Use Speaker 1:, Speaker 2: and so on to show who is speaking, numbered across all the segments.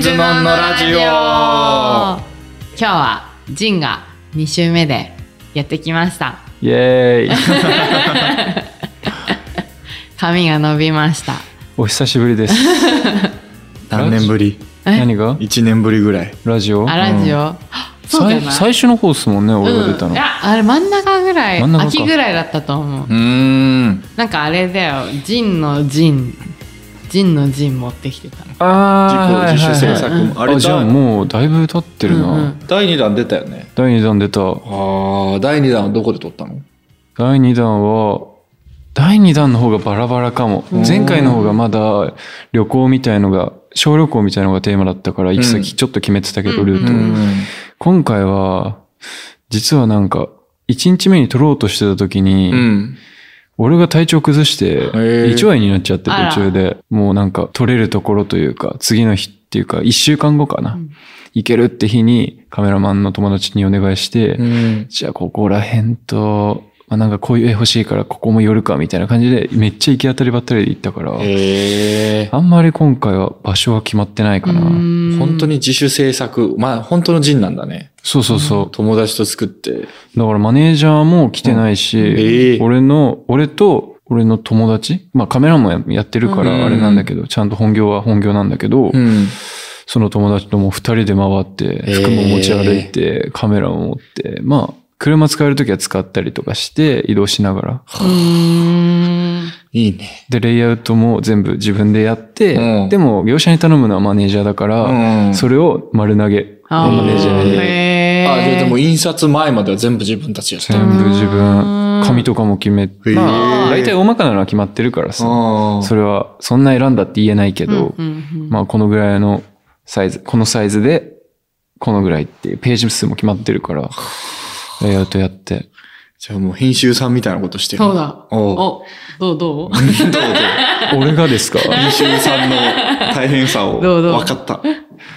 Speaker 1: ズノンのラジオ
Speaker 2: 今日はジンが2週目でやってきました
Speaker 1: イ エーイ
Speaker 2: 髪が伸びました
Speaker 1: お久しぶりです
Speaker 3: 何年ぶり
Speaker 2: え
Speaker 1: 何が
Speaker 3: 1年ぶりぐらい
Speaker 1: ラジオ
Speaker 2: あラジオ、そうじゃ
Speaker 1: 最
Speaker 2: ない
Speaker 1: 最初の方ですもんね俺が出た
Speaker 2: うん、い
Speaker 1: の
Speaker 2: やあれ真ん中ぐらい
Speaker 1: 真ん中か
Speaker 2: 秋ぐらいだったと思う
Speaker 3: うん
Speaker 2: なんかあれだよジンのジンジンのジン持ってきてたの
Speaker 1: あー
Speaker 3: 自己自主制
Speaker 1: はい
Speaker 3: 作
Speaker 1: はい
Speaker 3: もあれ
Speaker 1: じゃあ
Speaker 3: だ
Speaker 1: もうだいぶ経ってる
Speaker 2: う
Speaker 1: な、
Speaker 2: んうん
Speaker 3: 第2弾出たよね
Speaker 1: 第2弾出た
Speaker 3: ああ第2弾はどこで撮ったの
Speaker 1: 第2弾は第2弾の方がバラバラかも
Speaker 3: ん
Speaker 1: 前回の方がまだ旅行みたいのが小旅行みたいのがテーマだったから行き先ちょっと決めてたけど、
Speaker 2: うん
Speaker 1: ルート、
Speaker 2: う
Speaker 1: 今回は実はなんか1日目に撮ろうとしてた時に、
Speaker 3: うん
Speaker 1: 俺が体調崩して、
Speaker 3: ー
Speaker 1: 胃腸炎になっちゃって
Speaker 2: あら
Speaker 1: 途中で、もうなんか取れるところというか、次の日っていうか、1週間後か
Speaker 2: う
Speaker 1: な、
Speaker 2: ん
Speaker 1: 行けるって日にカメラマンの友達にお願いして、
Speaker 3: うん
Speaker 1: じゃあここら辺と、まあ、なんかこういう絵欲しいからここも寄るかみたいな感じで、めっちゃ行き当たりばったりで行ったから、
Speaker 3: へえ
Speaker 1: あんまり今回は場所は決まってないかな。
Speaker 2: うん
Speaker 3: 本当に自主制作まあ本当の人なんだね
Speaker 1: そうそうそう。
Speaker 3: 友達と作って
Speaker 1: だからマネージャーも来てないし、
Speaker 3: ええ
Speaker 1: 俺の、俺と、俺の友達まあカメラマンやってるか
Speaker 2: うん
Speaker 1: らあれなんだけど、ちゃんと本業は本業なんだけど、
Speaker 3: ん
Speaker 1: その友達とも二人で回って、
Speaker 3: えー
Speaker 1: 服も持ち歩いて、カメラも持って、まあ、車使えるときは使ったりとかして移動しながら。
Speaker 2: うーん
Speaker 3: いいね
Speaker 1: で、レイアウトも全部自分でやって、
Speaker 3: うん
Speaker 1: でも業者に頼むのはマネージャーだから、
Speaker 3: ん
Speaker 1: それを丸投げ。
Speaker 2: あー
Speaker 1: マネージャーに
Speaker 2: へー
Speaker 3: あじゃあでも印刷前までは全部自分たちやった
Speaker 1: 全部自分
Speaker 2: う、ん
Speaker 1: 紙とかも決めて、
Speaker 3: へー
Speaker 1: まあ、大体大まかなのは決まってるからさ、
Speaker 3: あ
Speaker 1: それはそんな選んだって言えないけど、
Speaker 2: うんうんうん
Speaker 1: まあ、このぐらいのサイズ、このサイズで、このぐらいっていうページ数も決まって るから、レイアウトやって。
Speaker 3: じゃあもう編集さんみたいなことしてる
Speaker 2: そうだ
Speaker 3: おう
Speaker 2: おどうどう
Speaker 3: どうぞ
Speaker 1: 俺がですか
Speaker 3: 編集さんの大変さ を
Speaker 2: どうぞ
Speaker 3: 分かった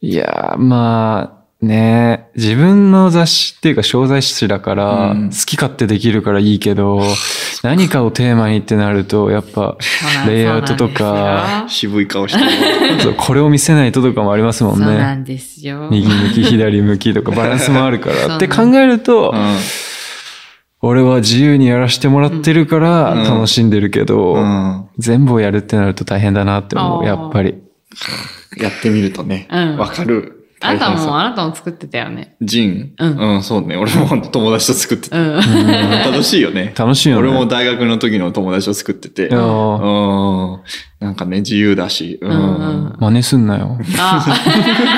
Speaker 1: いやー、まあ、ね自分の雑誌っていうか商材誌だから、
Speaker 3: うん
Speaker 1: 好き勝手できるからいいけど、何かをテーマにってなると、やっぱ、レイアウトとか
Speaker 3: 渋い顔して る
Speaker 1: そうこれを見せないととかもあります
Speaker 2: そ
Speaker 1: も
Speaker 2: うんな
Speaker 1: ね。
Speaker 2: んですよそうなんですよ
Speaker 1: 右向き、左向きとかバランスもあるか
Speaker 2: そうな
Speaker 1: ら。
Speaker 2: ん
Speaker 1: って考えると、
Speaker 3: う
Speaker 1: 俺は自由にやらしてもらってるから
Speaker 3: うん
Speaker 1: 楽しんでるけ
Speaker 3: ん。
Speaker 1: ど、
Speaker 3: うん。
Speaker 1: 全部をやるってなると大変だなって思
Speaker 2: あ
Speaker 1: う、
Speaker 2: ー
Speaker 1: やっぱり。
Speaker 3: やってみるとね、
Speaker 2: うん
Speaker 3: わかる。
Speaker 2: あなた
Speaker 3: 大変
Speaker 2: も
Speaker 3: さ
Speaker 2: あなたも作ってたよね
Speaker 3: ジン。
Speaker 2: うん
Speaker 3: うん、そうね。俺も友達と作って
Speaker 2: う
Speaker 3: て。
Speaker 2: ん
Speaker 3: 楽しいよね。
Speaker 1: 楽しいよね。
Speaker 3: 俺も大学の時の友達と作ってて。
Speaker 1: いや
Speaker 3: うん。
Speaker 1: ー
Speaker 3: なんかね、自由だし。う
Speaker 2: うんうん
Speaker 3: ん。
Speaker 1: 真似すんなよ。
Speaker 2: あ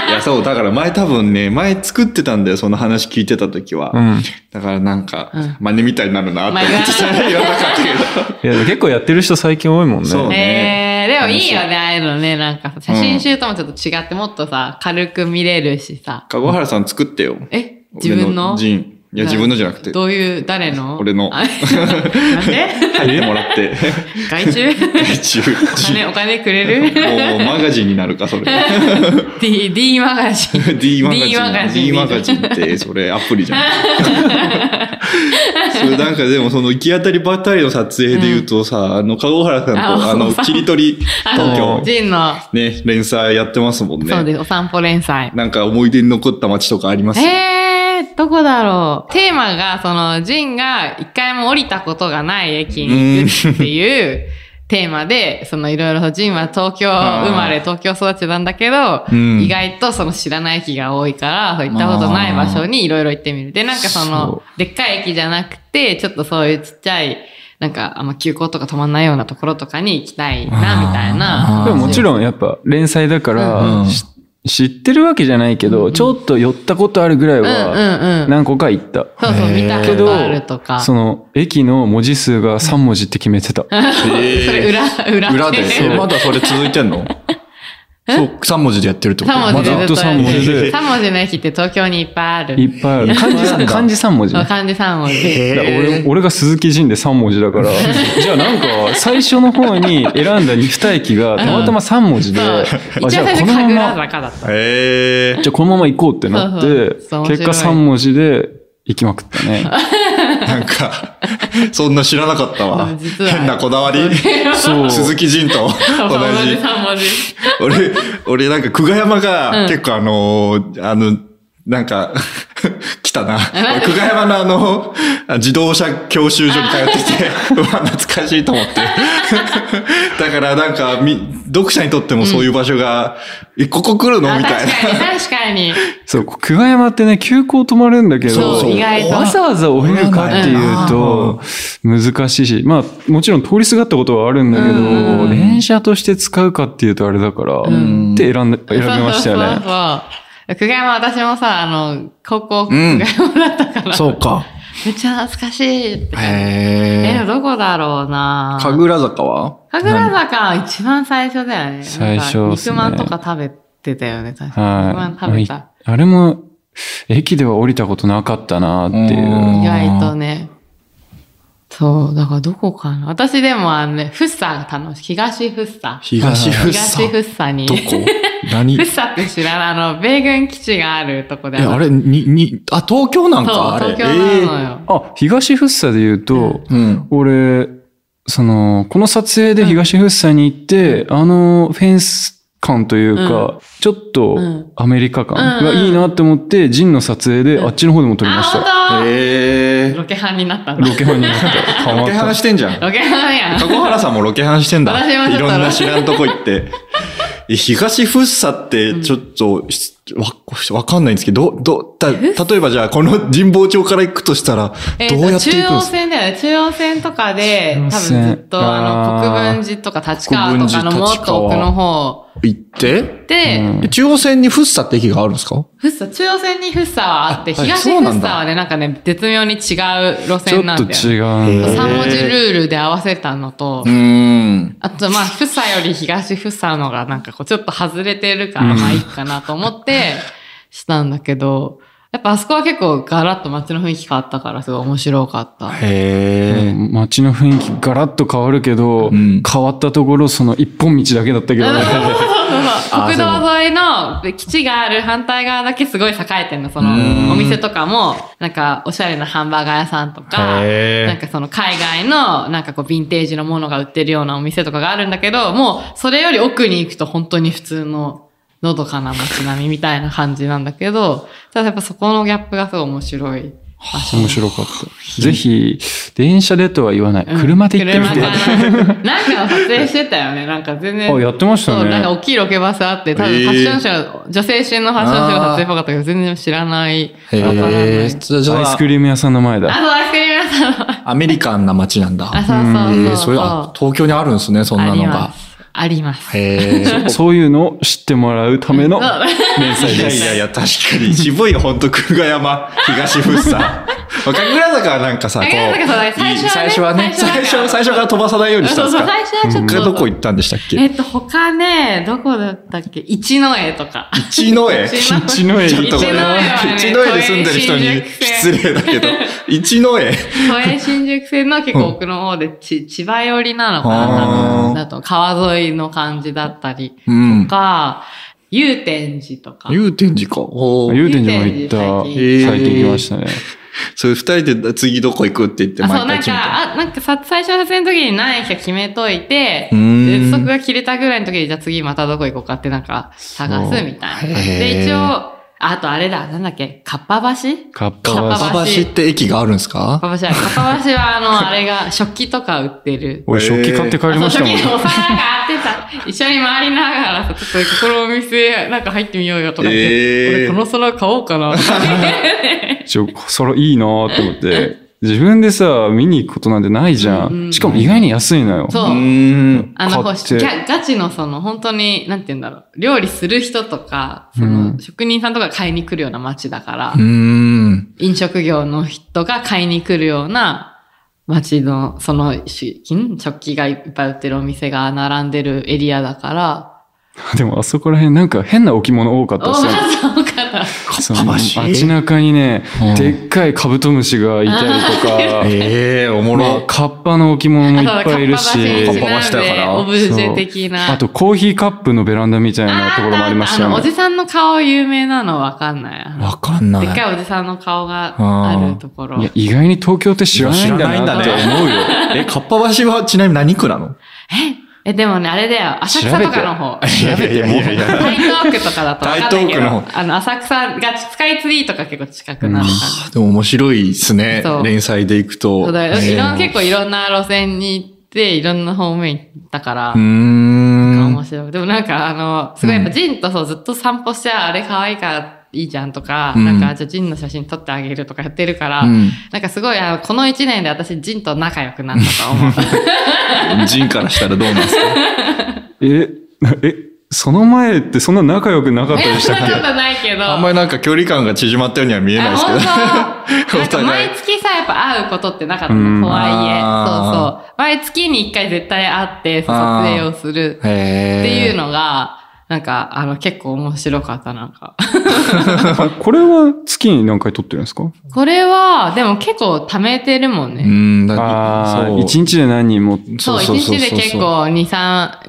Speaker 3: いや、そう、だから前多分ね、前作ってたんだよ、その話聞いてた時は。
Speaker 1: うん。
Speaker 3: だからなんか
Speaker 2: うん、
Speaker 3: 真似みたいになるなって思ってた。 言わなかったけ
Speaker 1: いや、結構やってる人最近多いもんね。
Speaker 3: そう
Speaker 2: え
Speaker 3: ね
Speaker 2: ー、でもいいよね、ああいうのね、なんかさ写真集ともちょっと違って、もっとさ、軽く見れるしさ
Speaker 3: ど。。かごはらさん作ってよ。
Speaker 2: え自分の
Speaker 3: 俺ジン。いや、自分のじゃなくて。
Speaker 2: どういう、誰の
Speaker 3: 俺の
Speaker 2: あなんで
Speaker 3: 入ってもら って。
Speaker 2: 外 注
Speaker 3: 一応
Speaker 2: お金、お金くれる
Speaker 3: もうマガジンになるか、それ。
Speaker 2: D, ?D マガジン。
Speaker 3: D マガジン。
Speaker 2: D マガジン
Speaker 3: D マガジンって、それアプ リじゃん。そうなんかでもその行き当たりばったりの撮影で言うとさ、あの、籠原さんと、
Speaker 2: あ
Speaker 3: あの、切り取り東
Speaker 1: あ
Speaker 3: 京、
Speaker 2: ジンの、
Speaker 3: ね、連載やってますもん
Speaker 2: そう
Speaker 3: ね。
Speaker 2: です、お散歩連載。
Speaker 3: なんか思い出に残った街とかあります
Speaker 2: えー、どこだろう。テーマが、その、ジンが一回も降りたことがない駅に行くっていうテーマで、そのいろいろ、ジンは東京生まれ、東京育ちなんだけど、
Speaker 3: うん
Speaker 2: 意外とその知らない駅が多いから、そういったことない場所にいろいろ行ってみる。で、なんかそ
Speaker 1: そう
Speaker 2: の、でっかい駅じゃなくて、ちょっとそういうちっちゃい、なんかあんま休校とか止まんないようなところとかに行きたいな、みたいな。
Speaker 1: でももちろんやっぱ連載だから、
Speaker 3: うんうん
Speaker 1: し知ってるわけじゃないけど、ちょっと寄ったことあるぐらい
Speaker 2: うん
Speaker 1: は
Speaker 2: うんうん。
Speaker 1: 何個か行った。
Speaker 2: そうそう、見たことあるとか。
Speaker 1: その駅の文字数が3文字って決めてた。
Speaker 2: それ
Speaker 3: え
Speaker 2: 裏、裏
Speaker 3: ー裏で。えまだそれ続いてんのそう、3文字でやってるってこと
Speaker 2: 3文字
Speaker 1: ま
Speaker 2: で
Speaker 1: だずっと
Speaker 2: や
Speaker 1: 三文
Speaker 3: 字で
Speaker 2: 3文字の駅って東京にいっぱいある。
Speaker 1: いっぱいある。漢字
Speaker 3: そうなんだ
Speaker 1: 漢字3文字ね。
Speaker 2: そう
Speaker 1: だか
Speaker 2: 漢字3文字。
Speaker 1: ら俺
Speaker 3: えー
Speaker 1: 俺が鈴木仁で3文字 だから、じゃあなんか最初の方に選んだ2駅がたまたま3文字で、
Speaker 2: そう一
Speaker 1: あ
Speaker 2: 応
Speaker 1: じ
Speaker 2: 最
Speaker 1: ゃあ
Speaker 2: 初、
Speaker 1: このま
Speaker 2: 神
Speaker 1: ま
Speaker 2: 楽坂だった。
Speaker 3: えー
Speaker 1: じゃあこのまま行こうってなって
Speaker 2: そうそうそう面白い
Speaker 1: 結果3文字で行きまくったね
Speaker 3: なんか、 そんな知らなかったわ。
Speaker 2: 実は
Speaker 3: 変なこだわり
Speaker 1: そう
Speaker 3: 鈴木仁と同
Speaker 2: 同じ
Speaker 3: じ。
Speaker 2: 3文字。
Speaker 3: 俺、俺なんか久我山
Speaker 2: う
Speaker 3: が
Speaker 2: ん
Speaker 3: 結構あのーあの、なんか、 来たな。
Speaker 2: なん
Speaker 3: 俺久我山のあの、自動車教習所に通ってて、うわ、懐かしいと思って。 だからなんか、み読者にとってもそういう場所が、え、ここ来るの
Speaker 2: あ
Speaker 3: みたい
Speaker 2: 確
Speaker 3: な。
Speaker 2: かに、確かに。
Speaker 1: そう、久我山ってね、急行止まるんだけど、
Speaker 2: そうそう意外と
Speaker 1: わざわざ降りるかっていうと、難しいし、まあ、もちろん通りすがったことはあるんだけ
Speaker 2: うんうんう
Speaker 1: ど、
Speaker 2: ん
Speaker 1: 電車として使うかっていうとあれだから、
Speaker 2: ん
Speaker 1: って選んで、選びま
Speaker 2: そう
Speaker 1: した
Speaker 2: そ
Speaker 1: よ
Speaker 2: う
Speaker 1: ね。
Speaker 2: そう。久我山、私もさ、あの、高校、
Speaker 3: うん
Speaker 2: 久我山だったから、
Speaker 3: そうか。
Speaker 2: めっちゃ懐かしいって感じ。え、
Speaker 3: へえ。
Speaker 2: どこだろうな
Speaker 3: 神楽坂は
Speaker 2: 神楽坂、一番最初だよね。
Speaker 1: 最初
Speaker 2: なん
Speaker 1: っ
Speaker 2: か
Speaker 1: す
Speaker 2: 肉
Speaker 1: ね
Speaker 2: まんとか食べてたよね、確かに。肉まん食
Speaker 1: は
Speaker 2: べ
Speaker 1: い。
Speaker 2: た。
Speaker 1: あれも、駅では降りたことなかったなっていうう。
Speaker 3: ん
Speaker 2: 意外とね。そう、だからどこかな。私でもあのね、フッサが楽しい。東フッサ。
Speaker 3: 東福
Speaker 2: 東
Speaker 3: 生
Speaker 2: フッサに。
Speaker 3: どこ何
Speaker 2: フッサって知らない、あの、米軍基地があるとこで。
Speaker 3: え、あれ、に、に、あ、東京なん
Speaker 2: そう
Speaker 3: かあれ。
Speaker 2: 東京なのよ。
Speaker 1: あ、東福生で言うと、
Speaker 3: えーうん。
Speaker 1: 俺、その、この撮影で東福生に行って、あの、フェンス感というか、
Speaker 2: う
Speaker 1: ちょっと
Speaker 2: うん
Speaker 1: アメリカ感が
Speaker 2: うんうん
Speaker 1: いいなって思って、ジンの撮影で
Speaker 2: うん
Speaker 1: あっちの方でも撮りました。
Speaker 2: あ、本
Speaker 3: え
Speaker 2: 当
Speaker 3: ー。
Speaker 2: ロケハンになったんだ。
Speaker 1: ロケハンになった。変わ
Speaker 3: ロ
Speaker 1: っ
Speaker 3: ケハン
Speaker 1: た。
Speaker 3: してんじゃん。
Speaker 2: ロケハンやん。
Speaker 3: 加古原さんもロケハンしてんだ。
Speaker 2: 私もちょっと
Speaker 3: いろんな知らんとこ行って。え東福生って、ちょっと、しわ、わかんないんですけど、ど、だ、例えばじゃあ、この神保町から行くとしたら、
Speaker 2: えー
Speaker 3: ど
Speaker 2: と
Speaker 3: うやって
Speaker 2: 中
Speaker 3: 行くん
Speaker 2: 央
Speaker 3: ですか
Speaker 2: 線だよね。中央線とかで、多
Speaker 1: 中央線
Speaker 2: 分ずっと、あの、
Speaker 1: あー
Speaker 2: 国分寺とか立川とかの
Speaker 3: 国分
Speaker 2: も
Speaker 3: 寺
Speaker 2: っと奥の方
Speaker 3: 行って、
Speaker 2: で、
Speaker 1: うん
Speaker 3: 中央線に福生って駅があるんですか
Speaker 2: フッサ、中央線にフッサはあって、
Speaker 3: あはい
Speaker 2: 東フ
Speaker 3: そうなんだ
Speaker 2: ッサはね、なんかね、絶妙に違う路
Speaker 1: ちょ
Speaker 2: 線
Speaker 1: っ
Speaker 2: な
Speaker 1: と
Speaker 2: んだよ。
Speaker 1: 違うんだ
Speaker 3: へー
Speaker 2: 3文字ルールで合わせたのと、
Speaker 3: ん。
Speaker 2: あとまあ、フッサより東フッサのがなんかこう、ちょっと外れてるから、まあいいかなと思って、したんだけど、やっぱあそこは結構ガラッと街の雰囲気変わったから、すごい面白か った。
Speaker 3: へ
Speaker 1: う
Speaker 3: え。
Speaker 1: ん街の雰囲気ガラッと変わるけど、
Speaker 3: うん
Speaker 1: 変わったところその一本道だけだったけど、
Speaker 3: あ
Speaker 2: 国道沿いの基地がある反対側だけすごい栄えてんの、そ
Speaker 3: うん
Speaker 2: のお店とかも、なんかおしゃれなハンバーガー屋さんとか、
Speaker 3: へー
Speaker 2: なんかその海外のなんかこうヴィンテージのものが売ってるようなお店とかがあるんだけど、もうそれより奥に行くと本当に普通ののどかな街並みみたいな感じなんだけど、ただやっぱそこのギャップがすごい面白い。
Speaker 1: 面白かった。ぜひ、電車でとは言わない。車で行ってみて。
Speaker 2: 車がなんかを撮影してたよね。なんか全然。
Speaker 1: あやってましたね
Speaker 2: そう、なんか大きいロケバスあって、多分
Speaker 3: へー
Speaker 2: ファッションショー、女性誌のファッションショーの撮影っぽかったけど、全然知らない。わからない。あ、
Speaker 3: じゃあじゃ
Speaker 1: ア
Speaker 3: あ
Speaker 1: イスクリーム屋さんの前だ。
Speaker 2: そう、アイスクリーム屋さんの。
Speaker 3: アメリカンな街なんだ。
Speaker 2: あ、そうそうそうそう。
Speaker 3: えーそれあ東京にあるんですね、そん
Speaker 2: あ
Speaker 3: なの
Speaker 2: り
Speaker 3: が
Speaker 2: ま。す。あります。
Speaker 3: へえ。
Speaker 1: そういうのを知ってもらうための連載
Speaker 3: い
Speaker 1: で
Speaker 3: やい
Speaker 1: す。
Speaker 3: やいや、確かに。渋いよ、ほんと、久我山、東福生。まあ神楽坂はなんかさ、こう、
Speaker 2: 神楽坂そうだね
Speaker 3: いい
Speaker 2: 最
Speaker 3: 最
Speaker 2: 初
Speaker 3: 初
Speaker 2: は
Speaker 3: は
Speaker 2: ね
Speaker 3: ね、
Speaker 2: 最
Speaker 3: 最
Speaker 2: 初は
Speaker 3: 初、最初から飛ばさないようにしたん
Speaker 2: そう
Speaker 3: で
Speaker 2: そ
Speaker 3: すか
Speaker 2: う、最初はちょっと。
Speaker 3: 他どこ行ったんでしたっ
Speaker 2: え
Speaker 3: け
Speaker 2: っと、他ね、どこだったっけ一ノ江とか。
Speaker 3: 一の江。
Speaker 2: 一
Speaker 3: ち
Speaker 2: ノ江
Speaker 1: 一の江
Speaker 3: ょっとこれ、一の江で住んでる人に失。
Speaker 2: はね
Speaker 3: 礼だけど、一の江。
Speaker 2: 都営新宿線の結構奥の方で、ち、千葉寄りなのかな多
Speaker 3: あー
Speaker 2: 分だと、川沿いの感じだったり。
Speaker 3: うん
Speaker 2: と。か、祐天寺とか。
Speaker 3: 祐天寺か。おー
Speaker 1: ゆうてんにも行った。
Speaker 2: ゆ
Speaker 3: うてんに
Speaker 1: 最近行きましたね。
Speaker 3: それ二人で次どこ行くって言って
Speaker 2: あ
Speaker 3: 毎
Speaker 2: そう、な
Speaker 3: 回
Speaker 2: ん
Speaker 3: 決めた。
Speaker 2: か、あ、なんかさ、最初の撮影の時に何駅か決めといて、
Speaker 3: うー
Speaker 2: で、
Speaker 3: ん
Speaker 2: そこが切れたぐらいの時に、じゃあ次またどこ行こうかってなんか探すみたいな。
Speaker 3: へー
Speaker 2: で、一応、ああとあれだ、なんだっけ、かっぱ橋
Speaker 1: かっ
Speaker 2: か
Speaker 1: ぱ
Speaker 2: っぱ
Speaker 1: 橋。
Speaker 3: 川橋って駅があるんですか
Speaker 2: かっぱ橋は、かっぱ橋はあの、あれが、食器とか売ってる。
Speaker 1: 俺、食器買って帰りましたもん
Speaker 2: あ。そう食器のお皿があってさ、一緒に回りながらさ、ちょっとここのお店なんか入ってみようよとか言って、
Speaker 3: えー
Speaker 2: 俺この皿買おうかな とか言って。
Speaker 1: ちょ、それいいなーって思って。自分でさ、見に行くことなんてないじゃ
Speaker 2: うんうん
Speaker 1: ん。しかも意外に安いのよ。
Speaker 2: そう
Speaker 3: うーん。
Speaker 2: あの、こ
Speaker 1: 買
Speaker 2: う
Speaker 1: って
Speaker 2: ギャガチのその、本当に、なんて言うんだろう。料理する人とか、その、
Speaker 1: うん
Speaker 2: 職人さんとか買いに来るような街だから、
Speaker 3: うーん。
Speaker 2: 飲食業の人が買いに来るような街の、その、しん食器がいっぱい売ってるお店が並んでるエリアだから、
Speaker 1: でもあそこら辺なんか変な置物多かった
Speaker 2: 大
Speaker 1: ですよ
Speaker 2: 村さん多かった。
Speaker 1: そ
Speaker 3: かっ
Speaker 1: の
Speaker 3: ぱ橋
Speaker 1: 街中にね
Speaker 3: うん、
Speaker 1: でっかいカブトムシがいたりとか、
Speaker 3: ええおも
Speaker 1: まあ、
Speaker 3: ろ。
Speaker 1: カッパの置物もいっぱいいるし、
Speaker 2: カッ
Speaker 3: パ
Speaker 2: パ
Speaker 3: 橋
Speaker 2: 橋
Speaker 3: し
Speaker 2: したた
Speaker 3: か
Speaker 2: からら。オブジェ的な。
Speaker 1: そうあとコーヒーカップのベランダみたいなところもありました
Speaker 2: あの、
Speaker 1: よ
Speaker 2: おじ
Speaker 1: ね。
Speaker 2: さんの顔有名なのわかんない。
Speaker 3: わかんな
Speaker 2: でっ
Speaker 3: い。
Speaker 2: かいおじさんの顔があるところ。
Speaker 1: い
Speaker 2: え
Speaker 1: や、意外に東京って知らないんだなっ
Speaker 3: 知
Speaker 1: て
Speaker 3: らないんだね
Speaker 1: 思うよ。
Speaker 3: え、かっぱ橋はちなみに何区なの
Speaker 2: え、でもね、あれだよ。浅草とかの方。
Speaker 3: 調べても
Speaker 2: 台東区とかだとわかんないけど。
Speaker 3: 台東区の
Speaker 2: あの、浅草がスカイツリーとか結構近くなる感じ。
Speaker 3: でも面白いですね
Speaker 2: そ。う
Speaker 3: 連載でいくと。
Speaker 2: そうだよ。
Speaker 3: ええ
Speaker 2: いろんな、結構いろんな路線に行って、いろんな方面行ったから
Speaker 3: うー。
Speaker 2: 面
Speaker 3: ん。
Speaker 2: 白い。でもなんか、あの、すごいやっぱジンとそうずっと散歩して、あれ可愛いからいいじゃんとか、
Speaker 3: うん
Speaker 2: なんか、じゃあジンの写真撮ってあげるとかやってるから、
Speaker 3: うん
Speaker 2: なんかすごい、あの、この一年で私ジンと仲良くなったと 思う。
Speaker 3: ジンからしたらどうなんです か
Speaker 1: え、え、その前ってそんな仲良くなかったでし
Speaker 2: そ
Speaker 1: た
Speaker 2: ん
Speaker 1: っ
Speaker 2: なこと
Speaker 1: け
Speaker 2: ないけど。
Speaker 3: あんまりなんか距離感が縮まったようには見えないですけど。
Speaker 2: あ 本当なんか
Speaker 3: お互い
Speaker 2: 毎月さ、やっぱ会うことってなかった
Speaker 1: うん
Speaker 2: の、とはい
Speaker 3: あ
Speaker 2: え。そうそう。毎月に一回絶対会って、そう
Speaker 3: あー
Speaker 2: 撮影をする
Speaker 3: へえ。
Speaker 2: っていうのが、なんか、あの、結構面白かった、なんか。
Speaker 1: あこれは月に何回撮ってるんですか
Speaker 2: これは、でも結構貯めてるもんね。
Speaker 3: うん、だ
Speaker 1: ああ、一
Speaker 3: 日
Speaker 1: 日で何人も。
Speaker 2: そう、一
Speaker 3: そうそうそうそう
Speaker 2: 日で結構2、3、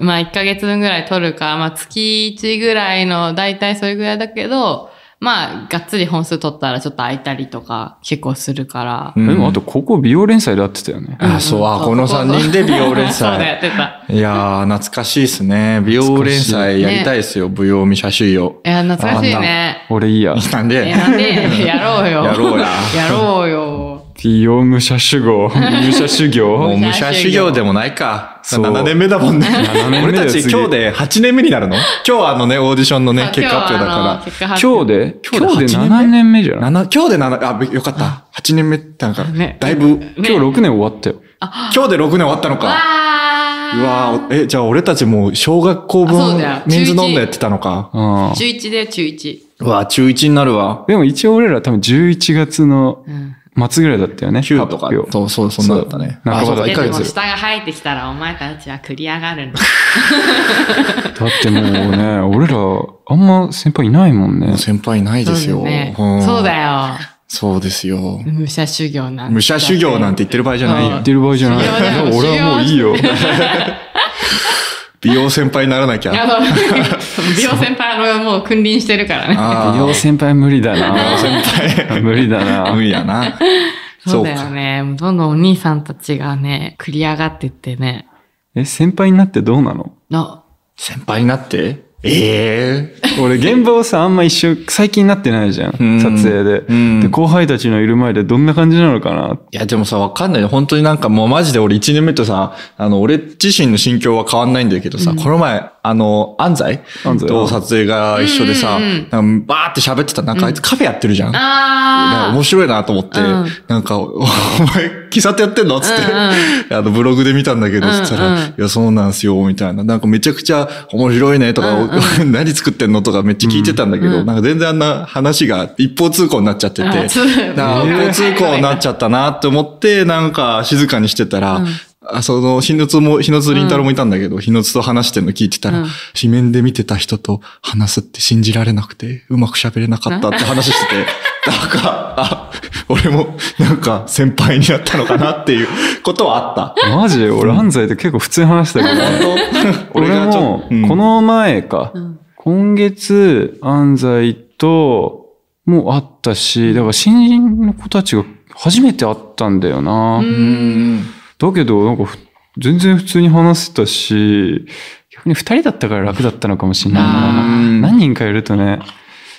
Speaker 2: まあ1ヶ月分ぐらい取るか、まあ月1ぐらいの、だいたいそれぐらいだけど、まあ、がっつり本数取ったらちょっと空いたりとか結構するから。
Speaker 1: でもあと、ここ美容連載で会ってたよね。
Speaker 3: あー、そう、あー、この3人で美容連
Speaker 2: そうだ、
Speaker 3: 載。
Speaker 2: やってた。
Speaker 3: いやー、懐かしいですね。美容連載やりたいですよ。舞踊見写真を。
Speaker 2: いや、懐かしいね。
Speaker 1: 俺いいや。
Speaker 3: なん
Speaker 2: い
Speaker 3: で
Speaker 2: や、、なんで、 やろうよ。
Speaker 3: やろうや。
Speaker 2: やろうよ。
Speaker 1: 美容武者修行。武者修
Speaker 3: もう
Speaker 1: 行
Speaker 3: 武者修行でもないか。
Speaker 1: そう
Speaker 3: 7年目だもんね。
Speaker 1: 7年目だよ
Speaker 3: 俺たち
Speaker 1: 次
Speaker 3: 今日で8年目になるの今日あのね、オーディションのね
Speaker 2: そ、う
Speaker 3: 結果発表だ
Speaker 2: 今日はあの
Speaker 3: か
Speaker 2: 結果発
Speaker 1: 今日
Speaker 2: 表
Speaker 1: で
Speaker 3: 今
Speaker 1: 今
Speaker 3: 日
Speaker 1: 日
Speaker 3: で
Speaker 1: で
Speaker 3: 8
Speaker 1: 7年目じゃ
Speaker 3: ら。
Speaker 1: ない
Speaker 3: 七今日で7、あ、よかった。8年目ってなんか
Speaker 2: ね、
Speaker 3: だいぶ、
Speaker 1: 今日6年終わったよ。
Speaker 3: 今日で6年終わったの
Speaker 2: わ
Speaker 3: か。う
Speaker 2: ー。
Speaker 3: わーえ、じゃあ俺たちもう小学校
Speaker 2: あそう
Speaker 3: 分
Speaker 2: だよ、
Speaker 3: メンズ飲んでやってたのか。
Speaker 1: ああ
Speaker 2: 中1だよ、中1。
Speaker 3: うわー中1になるわ。
Speaker 1: でも一応俺ら多分11月の
Speaker 2: うん。
Speaker 1: 末ぐらいだったよね。
Speaker 3: 9とか
Speaker 1: 発表。
Speaker 3: そう、そう、そんなだったね。
Speaker 1: そう
Speaker 3: あそうか
Speaker 1: 半ばだ
Speaker 2: で
Speaker 3: 1
Speaker 2: で
Speaker 3: ヶ
Speaker 2: も
Speaker 3: 月。
Speaker 2: 下が生えてきたらお前たちは繰り上がるんだ。
Speaker 1: だってもうね、 俺らあんま先輩いないもんね。
Speaker 3: 先輩いない ですよ。
Speaker 2: そうだね
Speaker 3: ん
Speaker 2: そうだよ。
Speaker 3: そうですよ。
Speaker 2: 武者修行なんて。
Speaker 3: 武者修行なんて言ってる場合じゃない
Speaker 1: 言
Speaker 3: よ
Speaker 1: っ。てる場合じゃない。
Speaker 2: 修行だよ
Speaker 1: いや俺はもういいよ。
Speaker 3: 美容先輩にならなき
Speaker 2: いや
Speaker 3: ゃ。
Speaker 2: そう美容先輩はもう君臨してるからね。
Speaker 3: あー
Speaker 1: 美容先輩無理だな。
Speaker 3: 先輩。
Speaker 1: 無理だな
Speaker 3: 無。理だな。
Speaker 2: そうだよね。もうどんどんお兄さんたちがね、繰り上がってってね。
Speaker 1: え、先輩になってどうなの
Speaker 2: の、
Speaker 3: 先輩になってええ
Speaker 1: 俺現場をさ、あんま一緒、最近なってないじゃん。
Speaker 3: ん
Speaker 1: 撮影で
Speaker 3: うん。
Speaker 1: で、後輩たちのいる前でどんな感じなのかな。
Speaker 3: いや、でもさ、わかんない。本当になんかもうマジで俺1年目とさ、あの、俺自身の心境は変わんないんだけどさ、この前、あの、安西
Speaker 1: 安西
Speaker 3: と撮影が一緒でさ、
Speaker 2: うんうん
Speaker 3: なんかバーって喋ってたら、なんかあいつカフェやってるじゃん。なんか
Speaker 2: あ
Speaker 3: 面白いなと思って、
Speaker 2: うん
Speaker 3: なんか、おお前、喫茶店やってんのつって、あの、ブログで見たんだけど、
Speaker 2: うんうん
Speaker 3: そしたら、いや、そうなんすよ、みたいな。なんかめちゃくちゃ面白いね、とか、 何作ってんのとかめっちゃ聞いてたんだけど、なんか全然あんな話が一方通行になっちゃってて、
Speaker 2: あ
Speaker 3: なんか
Speaker 2: そう
Speaker 3: 一方通行になっちゃったなって思って、なんか静かにしてたら、あその、日のつも、日のつりんたろもいたんだけど、日のつと話してるの聞いてたら、
Speaker 2: うん
Speaker 3: 紙面で見てた人と話すって信じられなくて、うまく喋れなかったって話してて、なんか、あ、俺もなんか先輩になったのかなっていうことはあった。
Speaker 1: マジ俺安西と結構普通に話してたけど。俺も、こ、の前か、
Speaker 2: ん
Speaker 1: 今月、安西と、も会ったし、だから新人の子たちが初めて会ったんだよ
Speaker 2: ん
Speaker 1: な。
Speaker 3: うん。
Speaker 1: だけど、なんかふ、全然普通に話せたし、逆に二人だったから楽だったのかもしれない
Speaker 2: あ
Speaker 1: な。
Speaker 3: ー
Speaker 1: 何人かいるとね、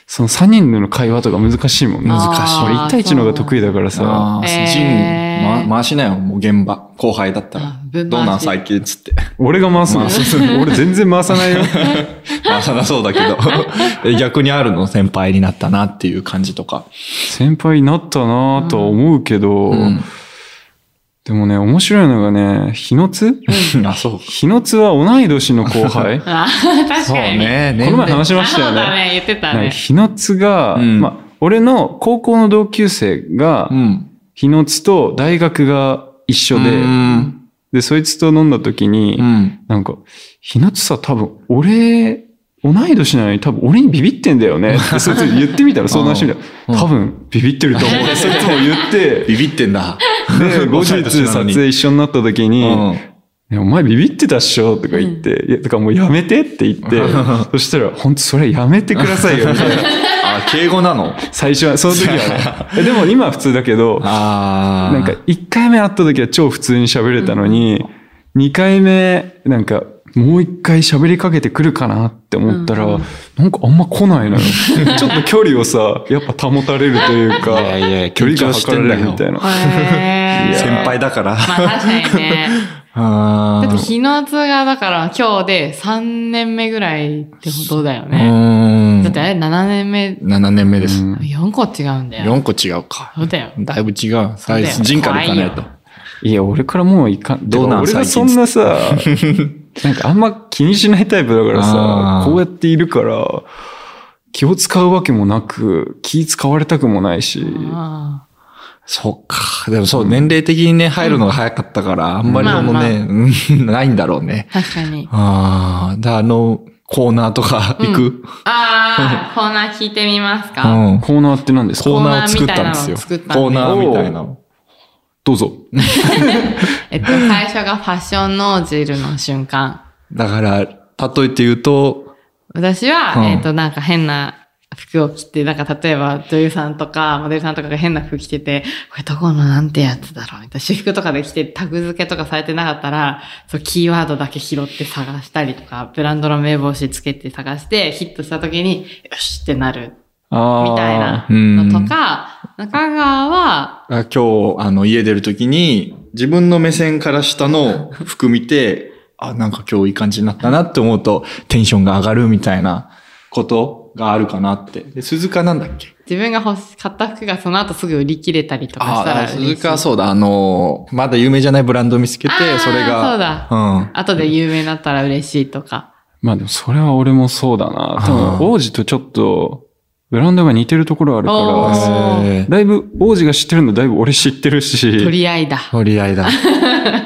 Speaker 1: その三人での会話とか難しいもんね。
Speaker 2: あー
Speaker 1: 難しい。俺一対一の方が得意だからさ。
Speaker 3: ああ、
Speaker 2: えー
Speaker 3: ジン、ま、回しなよ、もう現場。後輩だったら
Speaker 2: あ。ぶ
Speaker 3: どうん
Speaker 2: 回し。
Speaker 3: なん最近っつって。
Speaker 1: 俺が回すの。 俺全然回さないよ。
Speaker 3: 回さなそうだけど。え逆にあるの先輩になったなっていう感じとか。
Speaker 1: 先輩になったなぁとは思うけど、
Speaker 3: うん
Speaker 1: でもね、面白いのがね、日の津
Speaker 3: あ、そう。
Speaker 1: 日の津は同い年の後輩
Speaker 2: あ。確
Speaker 3: そう
Speaker 2: かに。
Speaker 3: ね。
Speaker 1: この前話しました
Speaker 2: そ
Speaker 1: よ
Speaker 2: うだ
Speaker 1: ね。
Speaker 2: ね、言ってた
Speaker 1: なんか
Speaker 2: ね。
Speaker 1: 日の津が、
Speaker 3: うん
Speaker 1: まあ、俺の高校の同級生が
Speaker 3: う、ん。
Speaker 1: 日の津と大学が一緒で、
Speaker 3: うん
Speaker 1: で、そいつと飲んだ時に、
Speaker 3: うん。
Speaker 1: なんか、日の津さ、多分、俺同い年なのに多分俺にビビってんだ よねって、そいつに言ってみたら相談してみたら、多分ビビってると 思うってそいつも言って、
Speaker 3: ビビってんだ。
Speaker 1: で、後日撮影一緒になった時に、
Speaker 3: うん
Speaker 1: ねお前ビビってたっしょとか言って、いや、だからもうやめてって言 って、そしたら、本当それやめてくださいよ、みたいな。
Speaker 3: あ、敬語なの
Speaker 1: 最初は、その時は ね。でも今は普通だけど、
Speaker 3: あ
Speaker 1: なんか1回目会った時は超普通に喋れたのに、2回目、なんか、もう一回喋りかけてくるかなって思ったら、なんかあんま来ない のよ。ちょっと距離をさ、やっぱ保たれるという か、
Speaker 3: いやいや
Speaker 1: 距離
Speaker 3: 緊
Speaker 1: 感
Speaker 3: 張して
Speaker 1: 測
Speaker 3: ん
Speaker 1: ら
Speaker 3: だ
Speaker 1: れ
Speaker 3: よ
Speaker 1: るみたいな。
Speaker 2: へー
Speaker 3: 先輩だから。
Speaker 2: まあ確かに ね。
Speaker 3: あ
Speaker 2: だ
Speaker 3: ー
Speaker 2: って日の津がだから今日で3年目ぐらいってことだよ
Speaker 3: う
Speaker 2: ね。
Speaker 3: ーん
Speaker 2: だってあれ7年目、
Speaker 3: 7年目です。
Speaker 2: 4個違うんだよ。
Speaker 3: 4個違うか。
Speaker 2: そうだよ。
Speaker 3: だいぶ違う。
Speaker 2: うだ
Speaker 3: サ
Speaker 2: よ
Speaker 3: イズ、人からいかないと。
Speaker 1: いや、俺からもういかん。
Speaker 3: どうなん
Speaker 1: てか俺がそ
Speaker 3: 最
Speaker 1: ん
Speaker 3: 近
Speaker 1: なさ、 なんかあんま気にしないタイプだから
Speaker 3: あ
Speaker 1: さ、
Speaker 3: ー
Speaker 1: こうやっているから、気を使うわけもなく、気使われたくもないし、
Speaker 2: あ
Speaker 3: そっか。でもそう、年齢的にね、入るのが早かったから、あんまりそのね、うんないんだろうね。
Speaker 2: あ確かに。
Speaker 3: ああ、だあの、コーナーとか行く、
Speaker 2: ああ、コーナー聞いてみます
Speaker 3: う
Speaker 2: か、
Speaker 3: ん、
Speaker 1: コーナーって何ですか
Speaker 3: コーナーを作ったんですよ。
Speaker 2: コーナーみたいなのを作ったんで
Speaker 3: コーナーみたいなの。
Speaker 1: どうぞ。
Speaker 2: えっと、最初がファッションノージルの瞬間。
Speaker 3: だから、例えて言うと、
Speaker 2: 私は、
Speaker 3: うん
Speaker 2: えっと、なんか変な服を着て、なんか例えば女優さんとかモデルさんとかが変な服着てて、これどこのなんてやつだろうみたいな。私服とかで着てタグ付けとかされてなかったら、そう、キーワードだけ拾って探したりとか、ブランドの名帽子つけて探して、ヒットした時に、よしってなる、
Speaker 1: あー
Speaker 2: みたいな
Speaker 3: うん
Speaker 2: のとか、中川は、
Speaker 3: あ今日、あの、家出るときに、自分の目線から下の服見て、あ、なんか今日いい感じになったなって思うと、テンションが上がるみたいなことがあるかなって。で、鈴鹿なんだっけ
Speaker 2: 自分が欲し買った服がその後すぐ売り切れたりとかした
Speaker 3: あ
Speaker 2: ら
Speaker 3: あ、
Speaker 2: 嬉しい
Speaker 3: 鈴鹿そうだ、あの、まだ有名じゃないブランド見つけて
Speaker 2: あー、
Speaker 3: それが。
Speaker 2: そうだ
Speaker 3: うん。
Speaker 2: 後で有名になったら嬉しいとか。
Speaker 1: まあでもそれは俺もそうだな。
Speaker 3: あ
Speaker 1: 多
Speaker 3: ー
Speaker 1: 分王子とちょっと、ブランドが似てるところある
Speaker 2: お
Speaker 1: か
Speaker 2: ー
Speaker 3: え
Speaker 1: ら、だいぶ王子が知ってるのだいぶ俺知って
Speaker 2: 取
Speaker 1: るし、
Speaker 2: り合いだ。
Speaker 3: ー取り合いだ。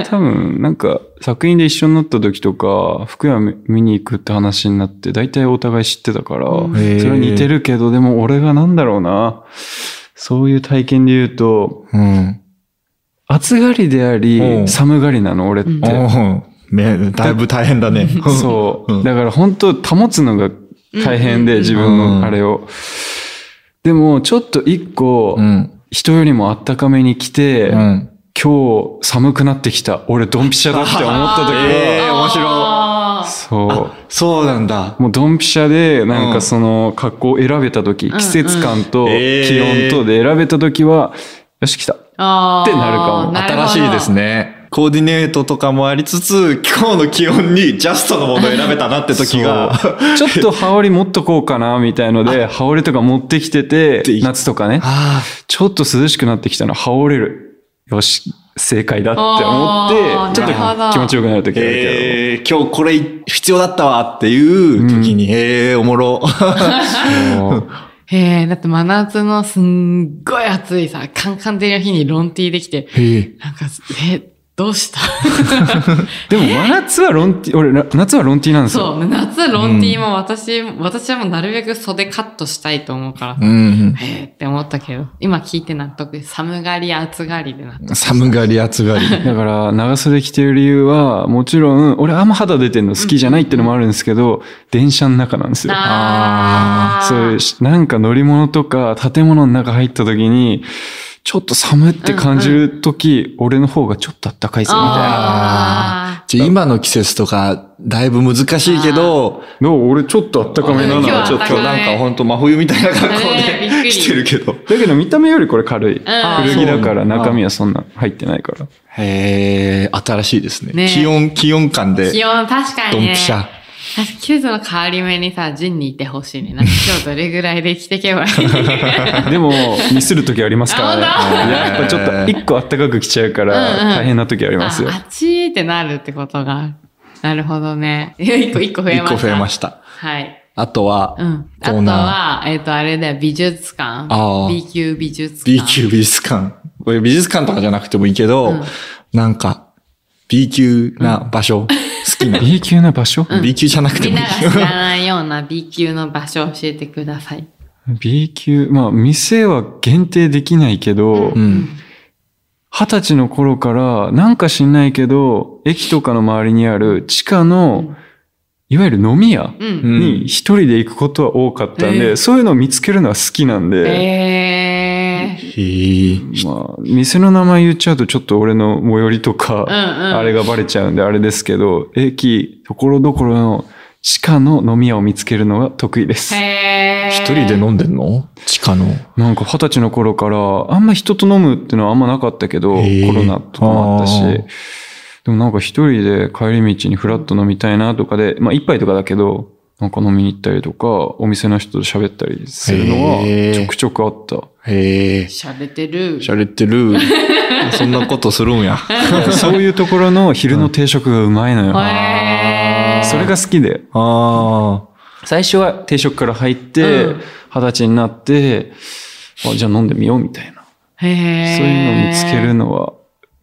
Speaker 1: 多分なんか作品で一緒になった時とか、服屋見に行くって話になって、だいたいお互い知ってたから、
Speaker 2: うん
Speaker 3: へー
Speaker 1: それは似てるけど、でも俺がなんだろうな。そういう体験で言うと、
Speaker 3: うん。
Speaker 1: 暑がりであ
Speaker 3: うん
Speaker 1: り、寒がりなの、俺って。
Speaker 3: うん。ね、だいぶ大変だね。
Speaker 1: そうう。
Speaker 3: ん
Speaker 1: だから本当保つのが大変
Speaker 2: うん
Speaker 1: で、
Speaker 2: うん
Speaker 1: 自分のあれを。でも、ちょっと一個
Speaker 3: う、ん。
Speaker 1: 人よりもあったかめに来て、
Speaker 3: うん。
Speaker 1: 今日寒くなってきた。俺ドンピシャだって思った時
Speaker 3: え
Speaker 1: は、
Speaker 3: ー面白い
Speaker 2: あー
Speaker 1: そ
Speaker 3: そうなんだ
Speaker 1: う。。もうドンピシャで、なん
Speaker 3: う
Speaker 1: か
Speaker 3: ん
Speaker 1: その格好を選べた時、
Speaker 2: んうん
Speaker 1: 季節感と
Speaker 3: え
Speaker 1: 気
Speaker 3: ー
Speaker 1: 温とで選べた時は、よし来た。
Speaker 2: あー。
Speaker 1: ってなるかも
Speaker 2: なるほ
Speaker 3: 新
Speaker 2: ど
Speaker 3: しいです。ね。コーディネートとかもありつつ、今日の気温にジャストのものを選べたなって時が、
Speaker 1: そうちょっと羽織持っとこうかな、みたいので、羽織とか持ってきてて
Speaker 3: で、
Speaker 1: 夏とか ね。
Speaker 3: あ
Speaker 1: ちょっと涼しくなってきたの、羽織れる。よし、正解だって思
Speaker 2: あー
Speaker 1: って、ちょっと
Speaker 2: なるほど
Speaker 1: 気持ちよくなる時あるけ
Speaker 3: えー、今日これ必要だったわっていう時に、ええー、おもろ。
Speaker 1: ど。も
Speaker 2: へえ、だって真夏のすんごい暑いさ、カンカン照りの日にロンティーできて、なんか、え、どうした
Speaker 1: うでも、真夏はロンティ、俺、な夏はロンティなんですよ。
Speaker 2: そう、夏ロンティーも私、私はもうなるべく袖カットしたいと思うから、
Speaker 3: うん。
Speaker 2: へえって思ったけど、今聞いて納得。寒がり、暑がりで納得。
Speaker 3: 寒がり、暑 がり。
Speaker 1: だから、長袖着てる理由は、もちろん、俺あんま肌出てんの好きじゃないってのもあるんですけど、電車の中なんですよ。
Speaker 2: あー
Speaker 1: そういうし、なんか乗り物とか建物の中入った時に、ちょっと寒って感じる時、俺の方がちょっと暖かいぞ、みたいな。
Speaker 2: あ
Speaker 3: じゃあ今の季節とか、だいぶ難しいけど、
Speaker 1: どう俺ちょっと暖かめなの
Speaker 2: 今日は
Speaker 1: ち
Speaker 3: ち
Speaker 1: ょ
Speaker 3: ょ
Speaker 1: っ
Speaker 3: っ
Speaker 2: 暖
Speaker 3: と
Speaker 1: と
Speaker 2: かめ
Speaker 3: なんかほんと真冬みたいな格好
Speaker 2: ねえびっく
Speaker 3: で
Speaker 2: り
Speaker 3: 来てるけど。
Speaker 1: だけど見た目よりこれ軽い。
Speaker 2: あー
Speaker 1: 古着だから
Speaker 3: そうなんだ
Speaker 1: 中身はそんな入ってないから。
Speaker 3: へえ、新しいですね。
Speaker 2: ね
Speaker 3: 気温、気温感
Speaker 2: ー。気
Speaker 3: で、
Speaker 2: 温、確か
Speaker 3: ド
Speaker 2: に
Speaker 3: ン
Speaker 2: ね。
Speaker 3: ピシャ。
Speaker 2: 確かに季節の変わり目にさ、ジンにいてほしいね。なんか今日どれぐらいで着てけばい い
Speaker 1: でも、ミスる時ありますからね。
Speaker 2: あ
Speaker 3: 本当
Speaker 1: やっぱちょっと一個あったかく着ちゃうから
Speaker 2: うんうん
Speaker 1: 大変な時あり
Speaker 2: あ、
Speaker 1: ますよ。
Speaker 2: あっちーってなるってことが。なるほどね。いや一個、一個増え
Speaker 3: 一
Speaker 2: ました。
Speaker 3: 個増えま
Speaker 2: し
Speaker 3: した。
Speaker 2: た。はい。
Speaker 3: あとは
Speaker 2: う、ん。あ
Speaker 3: コー
Speaker 2: と
Speaker 3: ナー。
Speaker 2: は、えっ、と、あれだよ、美術館。
Speaker 3: あー
Speaker 2: B 級美術館。
Speaker 3: B 級美術館。これ美術館とかじゃなくてもいいけど、
Speaker 2: うん
Speaker 3: なんか、 B 級な場 所、好きな。
Speaker 1: B 級な場所、
Speaker 2: ん
Speaker 3: B 級じゃなくて
Speaker 2: みん
Speaker 3: もいい
Speaker 2: なが知らないような B 級の場所を教えてください。
Speaker 1: ?B 級、まあ、店は限定できないけど
Speaker 3: う、ん。
Speaker 1: 二十歳の頃から、なんか知んないけど、駅とかの周りにある地下の、いわゆる飲み屋
Speaker 2: う。
Speaker 3: うんん
Speaker 1: に一人で行くことは多かったんで、
Speaker 2: えー
Speaker 1: そういうのを見つけるのは好きなんで、
Speaker 2: えー。
Speaker 3: へえ。
Speaker 1: まあ、店の名前言っちゃうとちょっと俺の最寄りとか、
Speaker 2: うんうん。
Speaker 1: あれがバレちゃうんであれですけど、駅、ところどころの地下の飲み屋を見つけるのが得意です。
Speaker 2: へー。
Speaker 3: 一人で飲んでんの地下の。
Speaker 1: なんか二十歳の頃から、あんま人と飲むっていうのはあんまなかったけど、コ
Speaker 3: へー
Speaker 1: ロナとかもあったし
Speaker 3: あー、
Speaker 1: でもなんか一人で帰り道にフラッと飲みたいなとかで、まあ一杯とかだけど、なんか飲みに行ったりとか、お店の人と喋ったりするのは
Speaker 3: へー
Speaker 1: ちょくちょくあった。
Speaker 3: へえ。
Speaker 2: しゃれてる。
Speaker 3: しゃれ てる。そんなことするんや。
Speaker 1: そういうところの昼の定食がうまいのよ。
Speaker 2: へー
Speaker 1: それが好きで。
Speaker 3: あ
Speaker 1: 最初は定食から入って、
Speaker 2: うん
Speaker 1: 二十歳になって、あじゃあ飲んでみようみたいな。
Speaker 2: へえ。
Speaker 1: そういうのを見つけるのは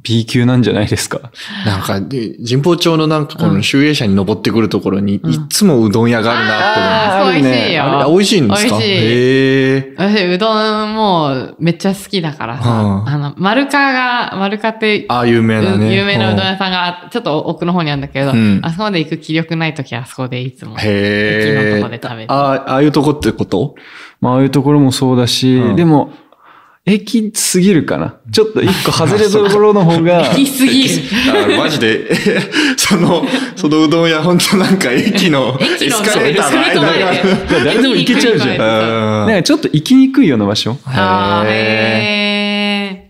Speaker 1: B 級なんじゃないですか。
Speaker 3: あ。なんか、で神保町のなんかこ
Speaker 2: うん
Speaker 3: の集英社に登ってくるところに、
Speaker 2: うん
Speaker 3: いつもうどん屋があるなって
Speaker 2: あー、そう美味しい
Speaker 3: 思う。あれ、
Speaker 2: よ。
Speaker 3: 美味しいんですか
Speaker 2: 美味しい
Speaker 3: へえ。
Speaker 2: 私、うどんもうめっちゃ好きだからさ、
Speaker 3: うん
Speaker 2: あの、丸カが、丸カって、
Speaker 3: ああ、有名だね。
Speaker 2: 有名なうどん屋さんが、ちょっと奥の方にあるんだけど、
Speaker 3: うん
Speaker 2: あそこまで行く気力ない時はあそこでいつも。
Speaker 3: へ
Speaker 2: 駅
Speaker 3: え。
Speaker 2: のとこで食べて
Speaker 3: ああ、ああいうとこってこと
Speaker 1: まあ、ああいうところもそうだし、
Speaker 3: うん
Speaker 1: でも、駅すぎるかな。ちょっと一個外れるところの 方が、
Speaker 2: 行きすぎる。
Speaker 3: あマジで、 その、そのうどん屋、ほんとなんか駅の
Speaker 2: 駅
Speaker 3: エ
Speaker 2: の
Speaker 3: スカレーターの
Speaker 2: エスカレーターの前で
Speaker 3: 間が。
Speaker 1: 誰でも行けちゃうじゃん。
Speaker 3: うん
Speaker 1: なんかちょっと行きにくいような場所。
Speaker 2: あー
Speaker 3: へ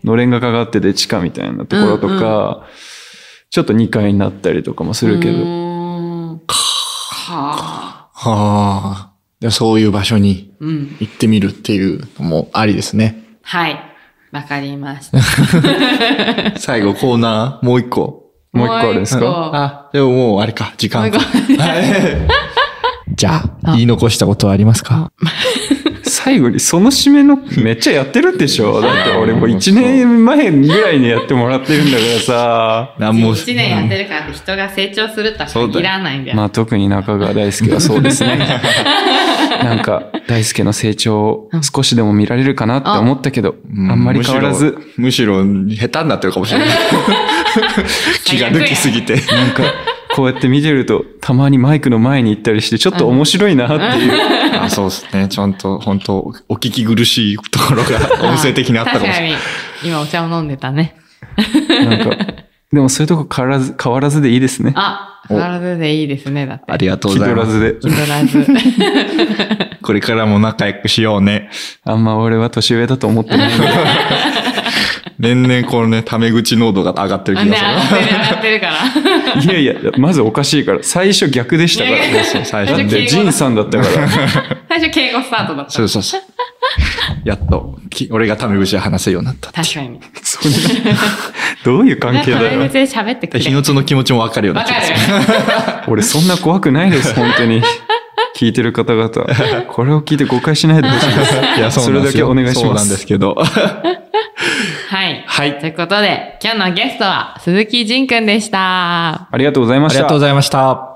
Speaker 2: へ
Speaker 1: のれんがかかってて地下みたいなところとか、ちょっと2階になったりとかもす
Speaker 2: ー。
Speaker 1: るけ
Speaker 2: う
Speaker 1: ど、
Speaker 2: ーんはあ。
Speaker 3: はあ。でそういう場所に
Speaker 2: うん。
Speaker 3: 行ってみるっていうのもありですね。
Speaker 2: はい。わかりました。
Speaker 3: 最後コーナー、もう一個。
Speaker 1: もう一個あるんです
Speaker 2: もう一
Speaker 1: か
Speaker 2: 個
Speaker 3: あ、でももうあれか、時間か。
Speaker 2: もう一
Speaker 3: はいじゃあ、
Speaker 2: あ
Speaker 3: 言い残したことはありますか
Speaker 1: 最後にその締めのめっちゃやってるでしょだって俺もう1年前ぐらいにやってもらってるんだからさ。
Speaker 3: 何も。
Speaker 2: 一年やってるからって人が成長するとは限らないんだよ。
Speaker 1: まあ特に中川大輔はそうですね。 なんか大輔の成長を少しでも見られるかなって思ったけど、
Speaker 3: う
Speaker 1: あんまり変わらず、。
Speaker 3: むしろ、むしろ下手になってるかも しれない。気が抜きすぎて。
Speaker 1: なんかこうやって見てるとたまにマイクの前に行ったりしてちょっと面白いなっていう。
Speaker 3: あそうですね。ちゃんと、本当お聞き苦しいところが音声的にあったかもしれない。
Speaker 2: 確かに。今お茶を飲んでたね。
Speaker 1: なんか、でもそういうとこ変わらず、変わらずでいいですね。
Speaker 2: あ、変わらずでいいですね、だって。
Speaker 3: ありがとう
Speaker 1: 気
Speaker 3: ござ
Speaker 1: 取
Speaker 3: いま
Speaker 1: ら
Speaker 3: す。
Speaker 1: ずで。
Speaker 2: 気取ら ず。
Speaker 3: これからも仲良くしようね。
Speaker 1: あんま俺は年上だと思って ないんで。
Speaker 3: 年々このね、タメ口濃度が上がってる
Speaker 2: あ
Speaker 3: 気
Speaker 2: ね、上
Speaker 3: がする
Speaker 2: がってる、上がってるから。
Speaker 1: いやいや、まずおかしいから。最初逆でしたか
Speaker 2: いやい
Speaker 1: ら。
Speaker 2: や
Speaker 3: そう最
Speaker 1: だ
Speaker 3: 初
Speaker 1: っ
Speaker 3: に
Speaker 1: て、ジンさんだったから。
Speaker 2: 最初敬語スタートだった
Speaker 3: そう。そうそう。やっと、き俺がタメ口で話せるようになった。
Speaker 2: 確かに。
Speaker 1: そんなどういう関
Speaker 2: タ
Speaker 1: 係だ
Speaker 2: メ
Speaker 1: よ
Speaker 2: 口。で喋ってくれ。
Speaker 3: 日の津の気持ちもわかるよう
Speaker 2: わ
Speaker 3: な気
Speaker 2: か る
Speaker 3: がする。
Speaker 1: 俺そんな怖くな いです、本当に。聞いてる方々。これを聞いて誤解しないでほしい です。
Speaker 3: いや、
Speaker 1: それだけお願いします
Speaker 3: そうなんですけど。
Speaker 2: はい。
Speaker 3: はい
Speaker 2: ということで、今日のゲストは鈴木仁くんでした。
Speaker 1: ありがとうございま
Speaker 3: あ
Speaker 1: し
Speaker 3: りがとう
Speaker 1: た
Speaker 3: ご。ざいました。